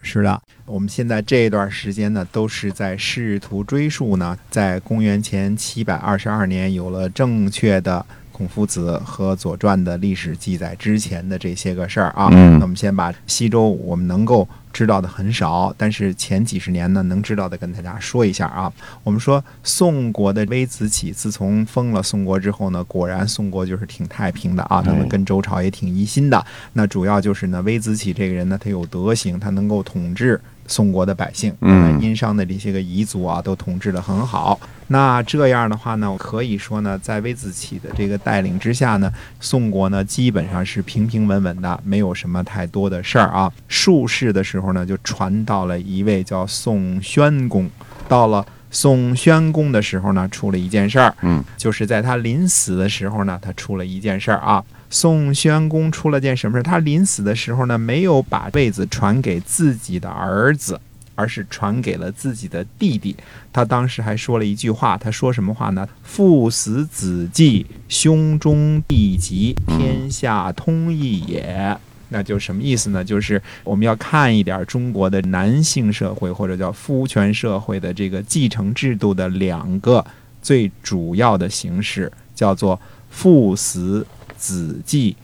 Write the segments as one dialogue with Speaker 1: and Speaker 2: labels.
Speaker 1: 是的，我们现在这段时间呢，都是在试图追溯呢，在公元前七百二十二年有了正确的孔夫子和《左传》的历史记载之前的这些个事儿啊。
Speaker 2: 嗯
Speaker 1: 那我们先把西周我们能够知道的很少，但是前几十年呢，能知道的跟大家说一下啊。我们说宋国的微子启自从封了宋国之后呢，果然宋国就是挺太平的啊，他们
Speaker 2: 哎
Speaker 1: 跟周朝也挺一心的。那主要就是呢，微子启这个人呢，他有德行，他能够统治宋国的百姓，
Speaker 2: 嗯
Speaker 1: 那殷商的这些个彝族啊，都统治得很好。那这样的话呢，可以说呢，在微子启的这个带领之下呢，宋国呢基本上是平平稳稳的，没有什么太多的事儿啊。术士的时候呢，就传到了一位叫宋宣公。到了宋宣公的时候呢，出了一件事儿，
Speaker 2: 嗯，
Speaker 1: 就是在他临死的时候呢，他出了一件事儿啊。宋宣公出了件什么事儿？他临死的时候呢，没有把位子传给自己的儿子，而是传给了自己的弟弟。他当时还说了一句话，他说什么话呢？父死子继，兄终弟及，天下通义也。那就是什么意思呢？就是我们要看一点中国的男性社会或者叫夫权社会的这个继承制度的两个最主要的形式，叫做父死子继，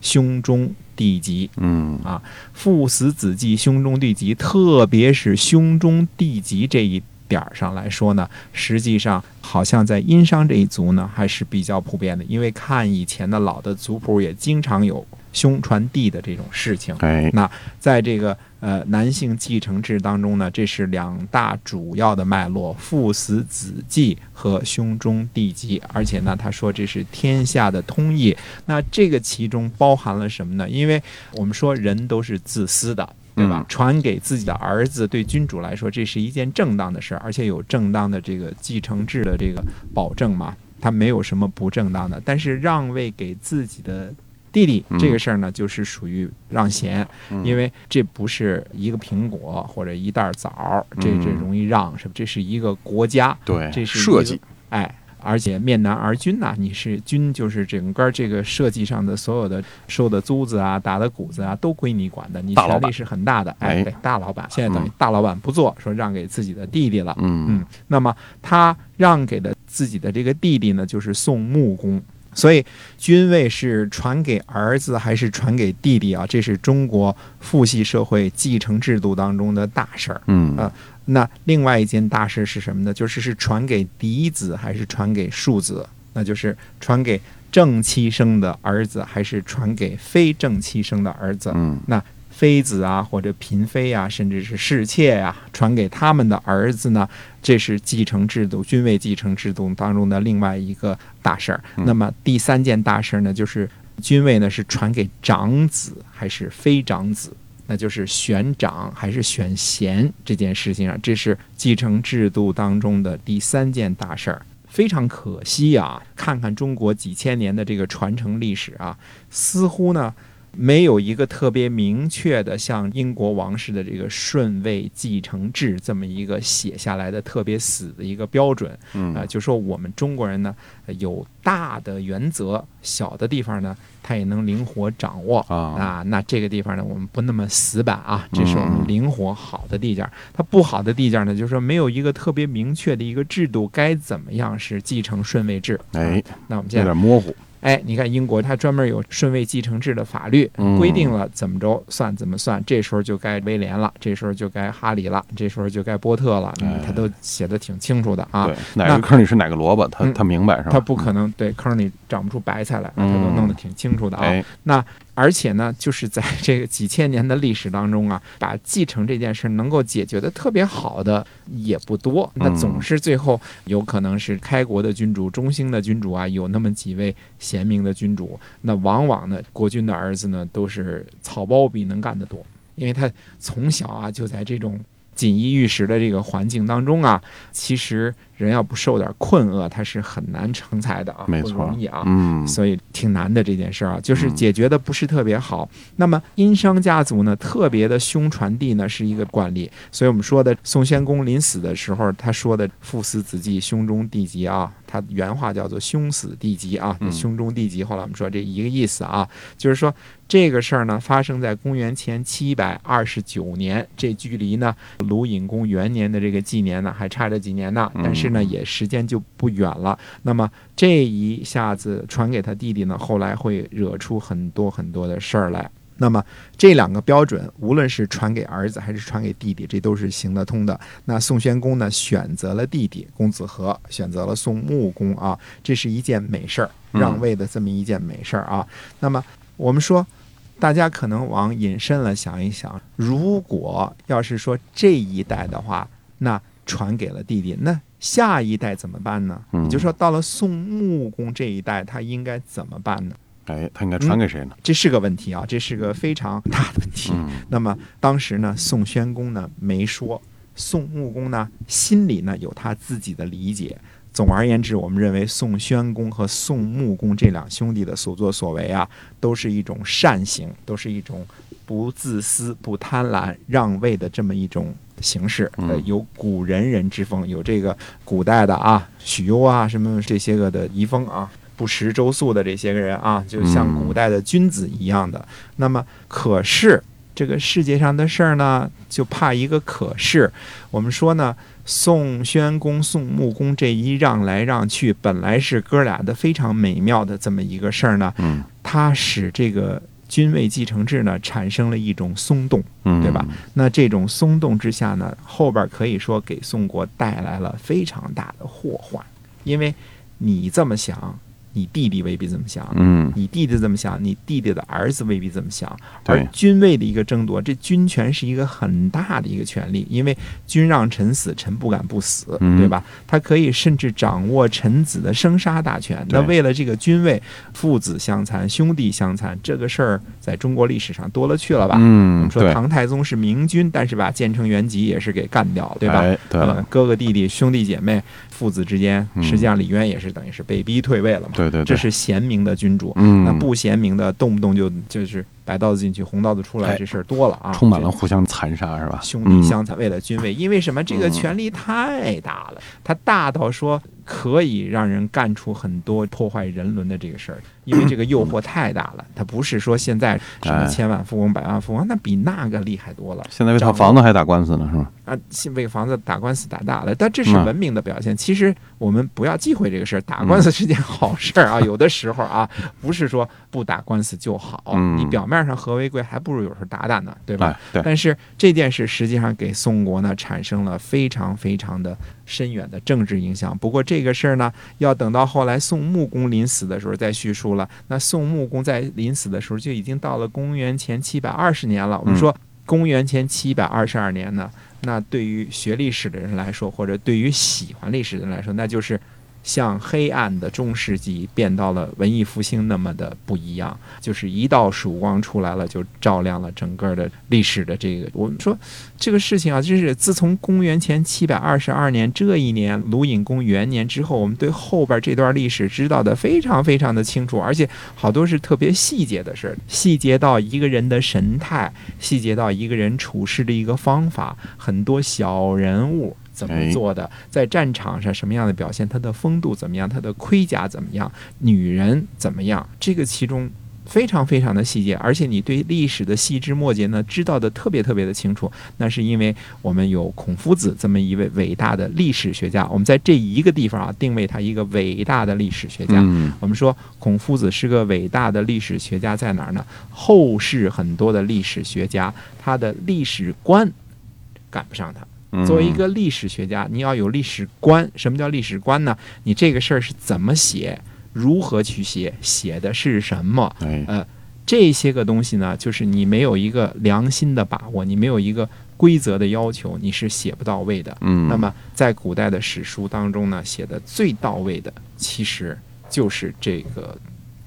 Speaker 1: 兄终弟及。
Speaker 2: 嗯
Speaker 1: 父死子继，兄终弟及，特别是兄终弟及这一点儿上来说呢，实际上好像在殷商这一族呢还是比较普遍的，因为看以前的老的族谱也经常有兄传弟的这种事情。
Speaker 2: 哎
Speaker 1: 在这个呃男性继承制当中呢，这是两大主要的脉络：父死子继和兄终弟及。而且呢，他说这是天下的通义。那这个其中包含了什么呢？因为我们说人都是自私的。对吧
Speaker 2: 嗯？
Speaker 1: 传给自己的儿子，对君主来说，这是一件正当的事儿，而且有正当的这个继承制的这个保证嘛，他没有什么不正当的。但是让位给自己的弟弟
Speaker 2: 嗯
Speaker 1: 这个事儿呢，就是属于让贤，因为这不是一个苹果或者一袋枣儿，这这
Speaker 2: 嗯
Speaker 1: 容易让是吧？这是一个国家，
Speaker 2: 对
Speaker 1: 这是一个
Speaker 2: 设计，
Speaker 1: 哎，而且面南而君呐、你是君，就是整个这个设计上的所有的收的租子啊、打的谷子啊，都归你管的，你
Speaker 2: 大老
Speaker 1: 权
Speaker 2: 板
Speaker 1: 力是很大的，哎，
Speaker 2: 哎
Speaker 1: 对，大老板。现在等于
Speaker 2: 嗯
Speaker 1: 大老板不做，说让给自己的弟弟了，
Speaker 2: 嗯
Speaker 1: 嗯，那么他让给的自己的这个弟弟呢，就是宋穆公。所以，君位是传给儿子还是传给弟弟啊？这是中国父系社会继承制度当中的大事儿。
Speaker 2: 嗯
Speaker 1: 啊那另外一件大事是什么呢？就是是传给嫡子还是传给庶子？那就是传给正妻生的儿子还是传给非正妻生的儿子？
Speaker 2: 嗯
Speaker 1: 妃子啊，或者嫔妃啊，甚至是侍妾啊，传给他们的儿子呢，这是继承制度、君位继承制度当中的另外一个大事儿。
Speaker 2: 嗯
Speaker 1: 那么第三件大事儿呢，就是君位呢是传给长子还是非长子，那就是选长还是选贤这件事情啊，这是继承制度当中的第三件大事儿。非常可惜啊！看看中国几千年的这个传承历史啊，似乎呢没有一个特别明确的像英国王室的这个顺位继承制这么一个写下来的特别死的一个标准啊、
Speaker 2: 嗯
Speaker 1: 就说我们中国人呢呃有大的原则，小的地方呢他也能灵活掌握。
Speaker 2: 啊
Speaker 1: 啊，那这个地方呢，我们不那么死板啊，这是我
Speaker 2: 嗯
Speaker 1: 们
Speaker 2: 嗯
Speaker 1: 灵活好的地界儿。它不好的地界儿呢，就是说没有一个特别明确的一个制度，该怎么样是继承顺位制。啊
Speaker 2: 哎，
Speaker 1: 那我们
Speaker 2: 有
Speaker 1: 现在，
Speaker 2: 点模糊，
Speaker 1: 哎，你看英国它专门有顺位继承制的法律，
Speaker 2: 嗯
Speaker 1: 规定了怎么着算怎么算，这时候就该威廉了，这时候就该哈里了，这时候就该波特了，嗯
Speaker 2: 哎
Speaker 1: 他都写的挺清楚的啊。
Speaker 2: 对，哪个坑里是哪个萝卜，他
Speaker 1: 嗯
Speaker 2: 他明白是吧？嗯
Speaker 1: 他不可能对坑里长不出白菜来，他都弄得挺清楚的啊。
Speaker 2: 哎，
Speaker 1: 而且呢，就是在这个几千年的历史当中啊，把继承这件事能够解决的特别好的也不多。
Speaker 2: 嗯
Speaker 1: 那总是最后有可能是开国的君主、中兴的君主啊，有那么几位贤明的君主。那往往呢，国君的儿子呢，都是草包比能干得多，因为他从小啊就在这种锦衣玉食的这个环境当中啊，其实人要不受点困厄，他是很难成才的啊，
Speaker 2: 没
Speaker 1: 不
Speaker 2: 错
Speaker 1: 容易啊。
Speaker 2: 嗯，
Speaker 1: 所以挺难的这件事儿啊，就是解决的不是特别好。那么殷商家族呢，特别的兄传弟呢是一个惯例，所以我们说的宋宣公临死的时候，他说的“父死子继，兄终弟及”啊，他原话叫做“兄死弟及”啊
Speaker 2: 嗯，
Speaker 1: 兄终弟及。后来我们说这一个意思啊，就是说这个事儿呢发生在公元前七百二十九年，这距离呢鲁隐公元年的这个纪年呢还差着几年呢，但是呢
Speaker 2: 嗯
Speaker 1: 也时间就不远了。那么这一下子传给他弟弟呢，后来会惹出很多很多的事儿来。那么这两个标准，无论是传给儿子还是传给弟弟，这都是行得通的。那宋宣公呢，选择了弟弟公子和，选择了宋穆公啊，这是一件美事儿，啊
Speaker 2: 嗯
Speaker 1: 让位的这么一件美事儿啊。那么我们说，大家可能往引申了想一想，如果要是说这一代的话，那传给了弟弟，那下一代怎么办呢？
Speaker 2: 嗯
Speaker 1: 也就是说，到了宋穆公这一代，他应该怎么办呢？
Speaker 2: 哎，他应该传给谁呢？
Speaker 1: 这是个问题啊，这是个非常大的问题。
Speaker 2: 嗯
Speaker 1: 那么当时呢，宋宣公呢没说，宋穆公呢心里呢有他自己的理解。总而言之，我们认为宋宣公和宋穆公这两兄弟的所作所为啊，都是一种善行，都是一种不自私、不贪婪、让位的这么一种形式。
Speaker 2: 嗯
Speaker 1: 呃有古仁人之风，有这个古代的啊，许攸啊，什么这些个的遗风啊，不食周粟的这些个人啊，就像古代的君子一样的。那么，可是这个世界上的事儿呢，就怕一个可是。我们说呢，宋宣公、宋穆公这一让来让去，本来是哥俩的非常美妙的这么一个事儿呢，
Speaker 2: 嗯
Speaker 1: 它使这个君位继承制呢产生了一种松动。
Speaker 2: 嗯，
Speaker 1: 对吧？那这种松动之下呢，后边可以说给宋国带来了非常大的祸患，因为你这么想，你弟弟未必这么想。
Speaker 2: 嗯，
Speaker 1: 你弟弟这么想，你弟弟的儿子未必这么想。
Speaker 2: 对
Speaker 1: 而君位的一个争夺，这君权是一个很大的一个权利，因为君让臣死，臣不敢不死，
Speaker 2: 嗯
Speaker 1: 对吧？他可以甚至掌握臣子的生杀大权。
Speaker 2: 对
Speaker 1: 那为了这个君位，父子相残，兄弟相残，这个事儿在中国历史上多了去了吧？我
Speaker 2: 嗯，
Speaker 1: 们说
Speaker 2: 对，
Speaker 1: 唐太宗是明君，但是把建成元吉也是给干掉了，对吧？
Speaker 2: 哎，对
Speaker 1: 呃
Speaker 2: 了，
Speaker 1: 哥哥弟弟、兄弟姐妹、父子之间，
Speaker 2: 嗯
Speaker 1: 实际上李渊也是等于是被逼退位了嘛。
Speaker 2: 对对对，
Speaker 1: 这是贤明的君主，
Speaker 2: 嗯，
Speaker 1: 那不贤明的，动不动就就是白刀子进去，红刀子出来，
Speaker 2: 哎
Speaker 1: 这事儿多了啊，
Speaker 2: 充满
Speaker 1: 这
Speaker 2: 了互相残杀是吧？嗯
Speaker 1: 兄弟相残，为了君位，因为什么？这个权力太大了，它大到说可以让人干出很多破坏人伦的这个事儿， 因为这个诱惑太大了。它不是说现在什么
Speaker 2: 哎
Speaker 1: 千万富翁、百万富翁，那比那个厉害多了
Speaker 2: 嗯。现在为套房子还打官司呢是吧？
Speaker 1: 啊，先为房子打官司打大了，但这是
Speaker 2: 嗯
Speaker 1: 文明的表现。其实我们不要忌讳这个事儿，打官司是件好事 儿啊。有的时候啊，不是说不打官司就好，
Speaker 2: 嗯
Speaker 1: 你表面上和为贵，还不如有时候打打呢，对吧？
Speaker 2: 哎，对，
Speaker 1: 但是这件事实际上给宋国呢产生了非常非常的深远的政治影响。不过这个事儿呢，要等到后来宋穆公临死的时候再叙述了。那宋穆公在临死的时候就已经到了公元前七百二十年了。我们说公元前七百二十二年呢，那对于学历史的人来说，或者对于喜欢历史的人来说，那就是。像黑暗的中世纪变到了文艺复兴那么的不一样，就是一道曙光出来了，就照亮了整个的历史的这个。我们说这个事情啊，就是自从公元前七百二十二年这一年鲁隐公元年之后，我们对后边这段历史知道的非常非常的清楚，而且好多是特别细节的事儿，细节到一个人的神态，细节到一个人处事的一个方法，很多小人物。怎
Speaker 2: 哎
Speaker 1: 么做的？在战场上什么样的表现？他的风度怎么样？他的盔甲怎么样？女人怎么样？这个其中非常非常的细节，而且你对历史的细枝末节呢，知道的特别特别的清楚。那是因为我们有孔夫子这么一位伟大的历史学家，我们在这一个地方啊，定位他一个伟大的历史学家。
Speaker 2: 嗯
Speaker 1: 我们说孔夫子是个伟大的历史学家，在哪儿呢？后世很多的历史学家，他的历史观赶不上他。
Speaker 2: 嗯，
Speaker 1: 作为一个历史学家，你要有历史观。什么叫历史观呢？你这个事儿是怎么写，如何去写，写的是什么？
Speaker 2: 哎，
Speaker 1: 这些个东西呢，就是你没有一个良心的把握，你没有一个规则的要求，你是写不到位的。
Speaker 2: 嗯，
Speaker 1: 那么在古代的史书当中呢，写的最到位的，其实就是这个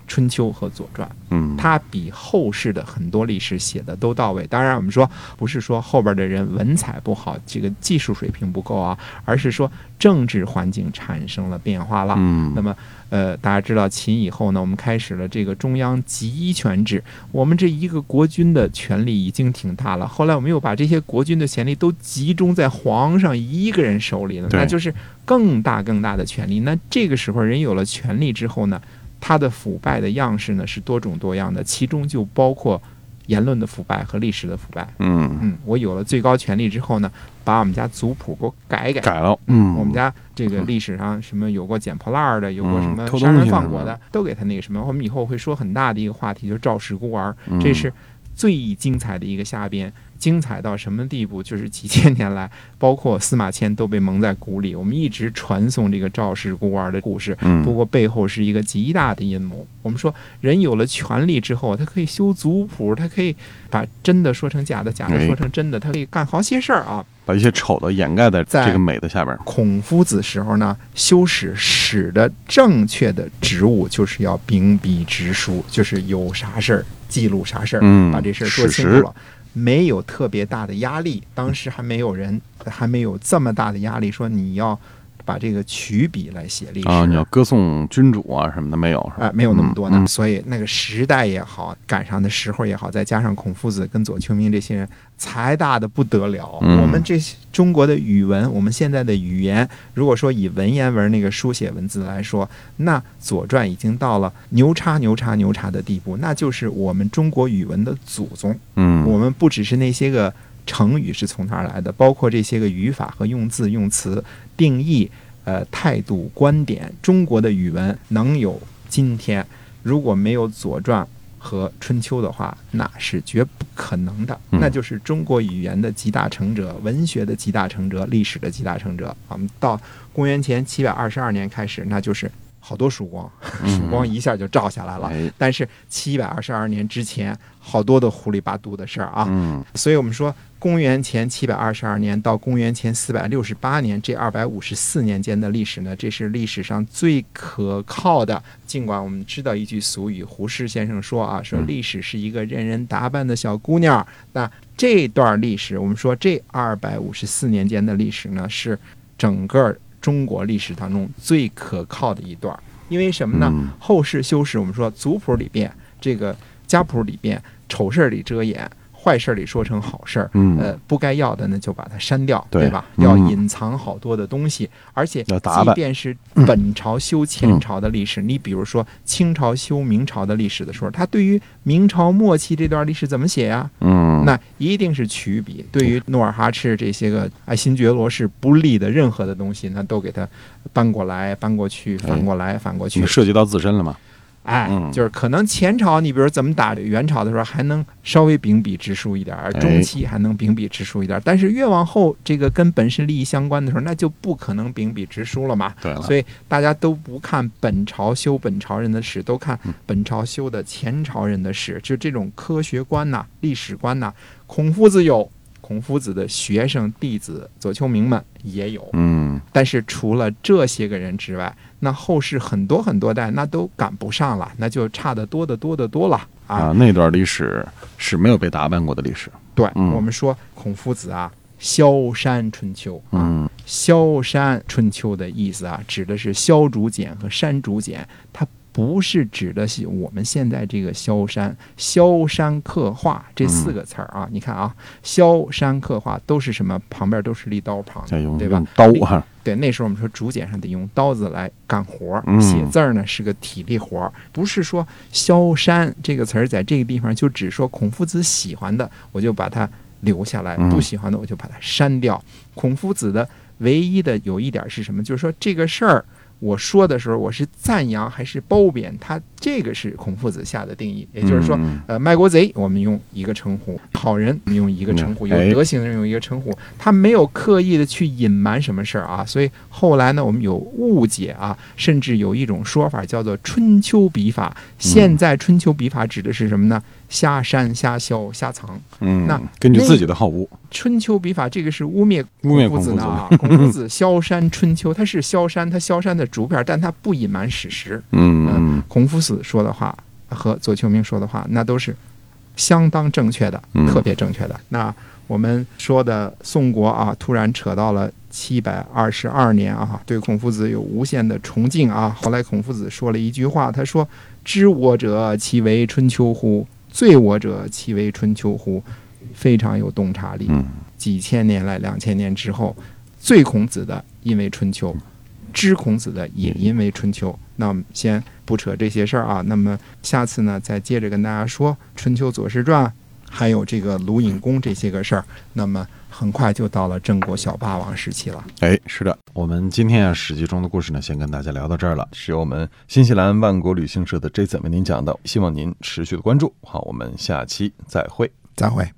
Speaker 1: 春秋》和《左传》，
Speaker 2: 嗯，
Speaker 1: 它比后世的很多历史写的都到位。当然，我们说不是说后边的人文采不好，这个技术水平不够啊，而是说政治环境产生了变化了。
Speaker 2: 嗯，
Speaker 1: 啊那么，呃，大家知道秦以后呢，我们开始了这个中央集一权制。我们这一个国君的权力已经挺大了，后来我们又把这些国君的权力都集中在皇上一个人手里了，
Speaker 2: 对
Speaker 1: 那就是更大更大的权力。那这个时候，人有了权力之后呢，他的腐败的样式呢是多种多样的，其中就包括言论的腐败和历史的腐败。
Speaker 2: 嗯，
Speaker 1: 嗯，我有了最高权力之后呢，把我们家族谱给我改一改。
Speaker 2: 改了，嗯，
Speaker 1: 我们家这个历史上什么有过捡破烂儿的，有过什么
Speaker 2: 嗯偷
Speaker 1: 杀
Speaker 2: 东
Speaker 1: 人
Speaker 2: 西
Speaker 1: 放
Speaker 2: 的
Speaker 1: 火的，都给他那个什么。我们以后会说很大的一个话题，就是赵氏孤儿，
Speaker 2: 嗯
Speaker 1: 这是最精彩的一个下边。精彩到什么地步？就是几千年来，包括司马迁都被蒙在鼓里。我们一直传颂这个赵氏孤儿的故事，不
Speaker 2: 嗯，
Speaker 1: 过背后是一个极大的阴谋。我们说，人有了权力之后，他可以修族谱，他可以把真的说成假的，假的
Speaker 2: 哎
Speaker 1: 说成真的，他可以干好些事儿啊。
Speaker 2: 把一些丑的掩盖在
Speaker 1: 在
Speaker 2: 这个美的下边儿，
Speaker 1: 孔夫子时候呢，修史史的正确的职务就是要秉笔直书，就是有啥事儿记录啥事儿，
Speaker 2: 嗯
Speaker 1: 把这事儿说清楚
Speaker 2: 史实
Speaker 1: 了。没有特别大的压力，当时还没有人，还没有这么大的压力，说你要把这个取笔来写历史
Speaker 2: 啊，你要歌颂君主啊什么的没有是吧？
Speaker 1: 啊，没有那么多呢。
Speaker 2: 嗯嗯
Speaker 1: 所以那个时代也好，赶上的时候也好，再加上孔夫子跟左丘明这些人，才大的不得了。
Speaker 2: 嗯
Speaker 1: 我们这些中国的语文，我们现在的语言，如果说以文言文那个书写文字来说，那《左传》已经到了牛叉牛叉牛叉的地步，那就是我们中国语文的祖宗。我
Speaker 2: 嗯，
Speaker 1: 们不只是那些个成语是从哪儿来的，包括这些个语法和用字、用词、定义、呃态度、观点。中国的语文能有今天，如果没有《左传》和《春秋》的话，那是绝不可能的。
Speaker 2: 嗯
Speaker 1: 那就是中国语言的集大成者，文学的集大成者，历史的集大成者。啊我们到公元前七百二十二年开始，那就是好多曙光，
Speaker 2: 嗯
Speaker 1: 曙光一下就照下来了。
Speaker 2: 哎，
Speaker 1: 但是七百二十二年之前，好多的糊里八涂的事儿啊。
Speaker 2: 嗯，
Speaker 1: 所以我们说，公元前七百二十二年到公元前四百六十八年这二百五十四年间的历史呢，这是历史上最可靠的。尽管我们知道一句俗语，胡适先生说啊，说
Speaker 2: 嗯
Speaker 1: 历史是一个任人打扮的小姑娘。那这段历史，我们说这二百五十四年间的历史呢，是整个中国历史当中最可靠的一段儿。因为什么呢？
Speaker 2: 嗯
Speaker 1: 后世修饰，我们说族谱里边，这个家谱里边，丑事儿里遮掩，坏事儿里说成好事儿。
Speaker 2: 嗯
Speaker 1: 呃，不该要的呢就把它删掉，
Speaker 2: 对
Speaker 1: 对吧？
Speaker 2: 嗯
Speaker 1: 要隐藏好多的东西，而且
Speaker 2: 要打扮嗯
Speaker 1: 即便是本朝修前朝的历史，你比如说清朝修明朝的历史的时候，他对于明朝末期这段历史怎么写呀、
Speaker 2: 嗯，
Speaker 1: 那一定是取笔，对于努尔哈赤这些个爱新觉罗氏不利的任何的东西，那都给它搬过来、搬过去、
Speaker 2: 哎
Speaker 1: 反过来、反过去
Speaker 2: 你，涉及到自身了嘛？
Speaker 1: 哎
Speaker 2: 嗯，
Speaker 1: 就是可能前朝你比如怎么打元朝的时候还能稍微秉笔直书一点儿，而中期还能秉笔直书一点儿，但是越往后这个跟本身利益相关的时候，那就不可能秉笔直书了嘛。
Speaker 2: 对了，
Speaker 1: 所以大家都不看本朝修本朝人的史，都看本朝修的前朝人的史，就这种科学观呐、历史观呐、孔夫子有，孔夫子的学生弟子左丘明们也有。
Speaker 2: 嗯，
Speaker 1: 但是除了这些个人之外，那后世很多很多代那都赶不上了，那就差得多得多得多了啊！
Speaker 2: 啊，那段历史是没有被打扮过的历史。
Speaker 1: 对、
Speaker 2: 嗯
Speaker 1: 我们说孔夫子啊，萧山春秋啊，
Speaker 2: 嗯
Speaker 1: 萧山春秋的意思啊，指的是萧竹简和山竹简，它不是指的是我们现在这个萧山。萧山刻画这四个词儿啊，你看啊，萧山刻画都是什么？旁边都是立刀旁，
Speaker 2: 再用
Speaker 1: 对吧
Speaker 2: 用？刀啊，
Speaker 1: 对，那时候我们说竹简上得用刀子来干活儿，
Speaker 2: 嗯
Speaker 1: 写字儿呢是个体力活儿，不是说“萧山”这个词儿在这个地方就只说孔夫子喜欢的，我就把它留下来；
Speaker 2: 嗯
Speaker 1: 不喜欢的，我就把它删掉。孔夫子的唯一的有一点儿是什么？就是说这个事儿。我说的时候，我是赞扬还是褒贬他？这个是孔夫子下的定义，也就是说，
Speaker 2: 嗯
Speaker 1: 呃，卖国贼我们用一个称呼，好人我们用一个称呼，
Speaker 2: 嗯
Speaker 1: 有
Speaker 2: 哎
Speaker 1: 德行的人用一个称呼，他没有刻意的去隐瞒什么事儿啊。所以后来呢，我们有误解啊，甚至有一种说法叫做春秋笔法。
Speaker 2: 嗯
Speaker 1: 现在春秋笔法指的是什么呢？瞎删、瞎削、瞎藏。
Speaker 2: 嗯，
Speaker 1: 那
Speaker 2: 根据自己的好恶，
Speaker 1: 春秋笔法这个是污蔑
Speaker 2: 污蔑
Speaker 1: 孔夫子的 啊，孔夫子萧山春秋，他是萧山，他萧山的竹片儿，但他不隐瞒史实。
Speaker 2: 嗯
Speaker 1: 嗯
Speaker 2: 嗯
Speaker 1: 孔夫子说的话和左丘明说的话，那都是相当正确的
Speaker 2: 嗯，
Speaker 1: 特别正确的。那我们说的宋国啊，突然扯到了七百二十二年啊，对孔夫子有无限的崇敬啊。后来孔夫子说了一句话，他说：“知我者，其为春秋乎？罪我者，其为春秋乎？”非常有洞察力。
Speaker 2: 嗯
Speaker 1: 几千年来，两千年之后，最孔子的因为春秋，知孔子的也因为春秋。那我们先不扯这些事儿啊，那么下次呢，再接着跟大家说《春秋左氏传》，还有这个鲁隐公这些个事儿。那么很快就到了郑国小霸王时期了。
Speaker 2: 哎，是的，我们今天啊《史记》中的故事呢，先跟大家聊到这儿了，是由我们新西兰万国旅行社的 Jason 为您讲的，希望您持续的关注。好，我们下期再会。
Speaker 1: 再会。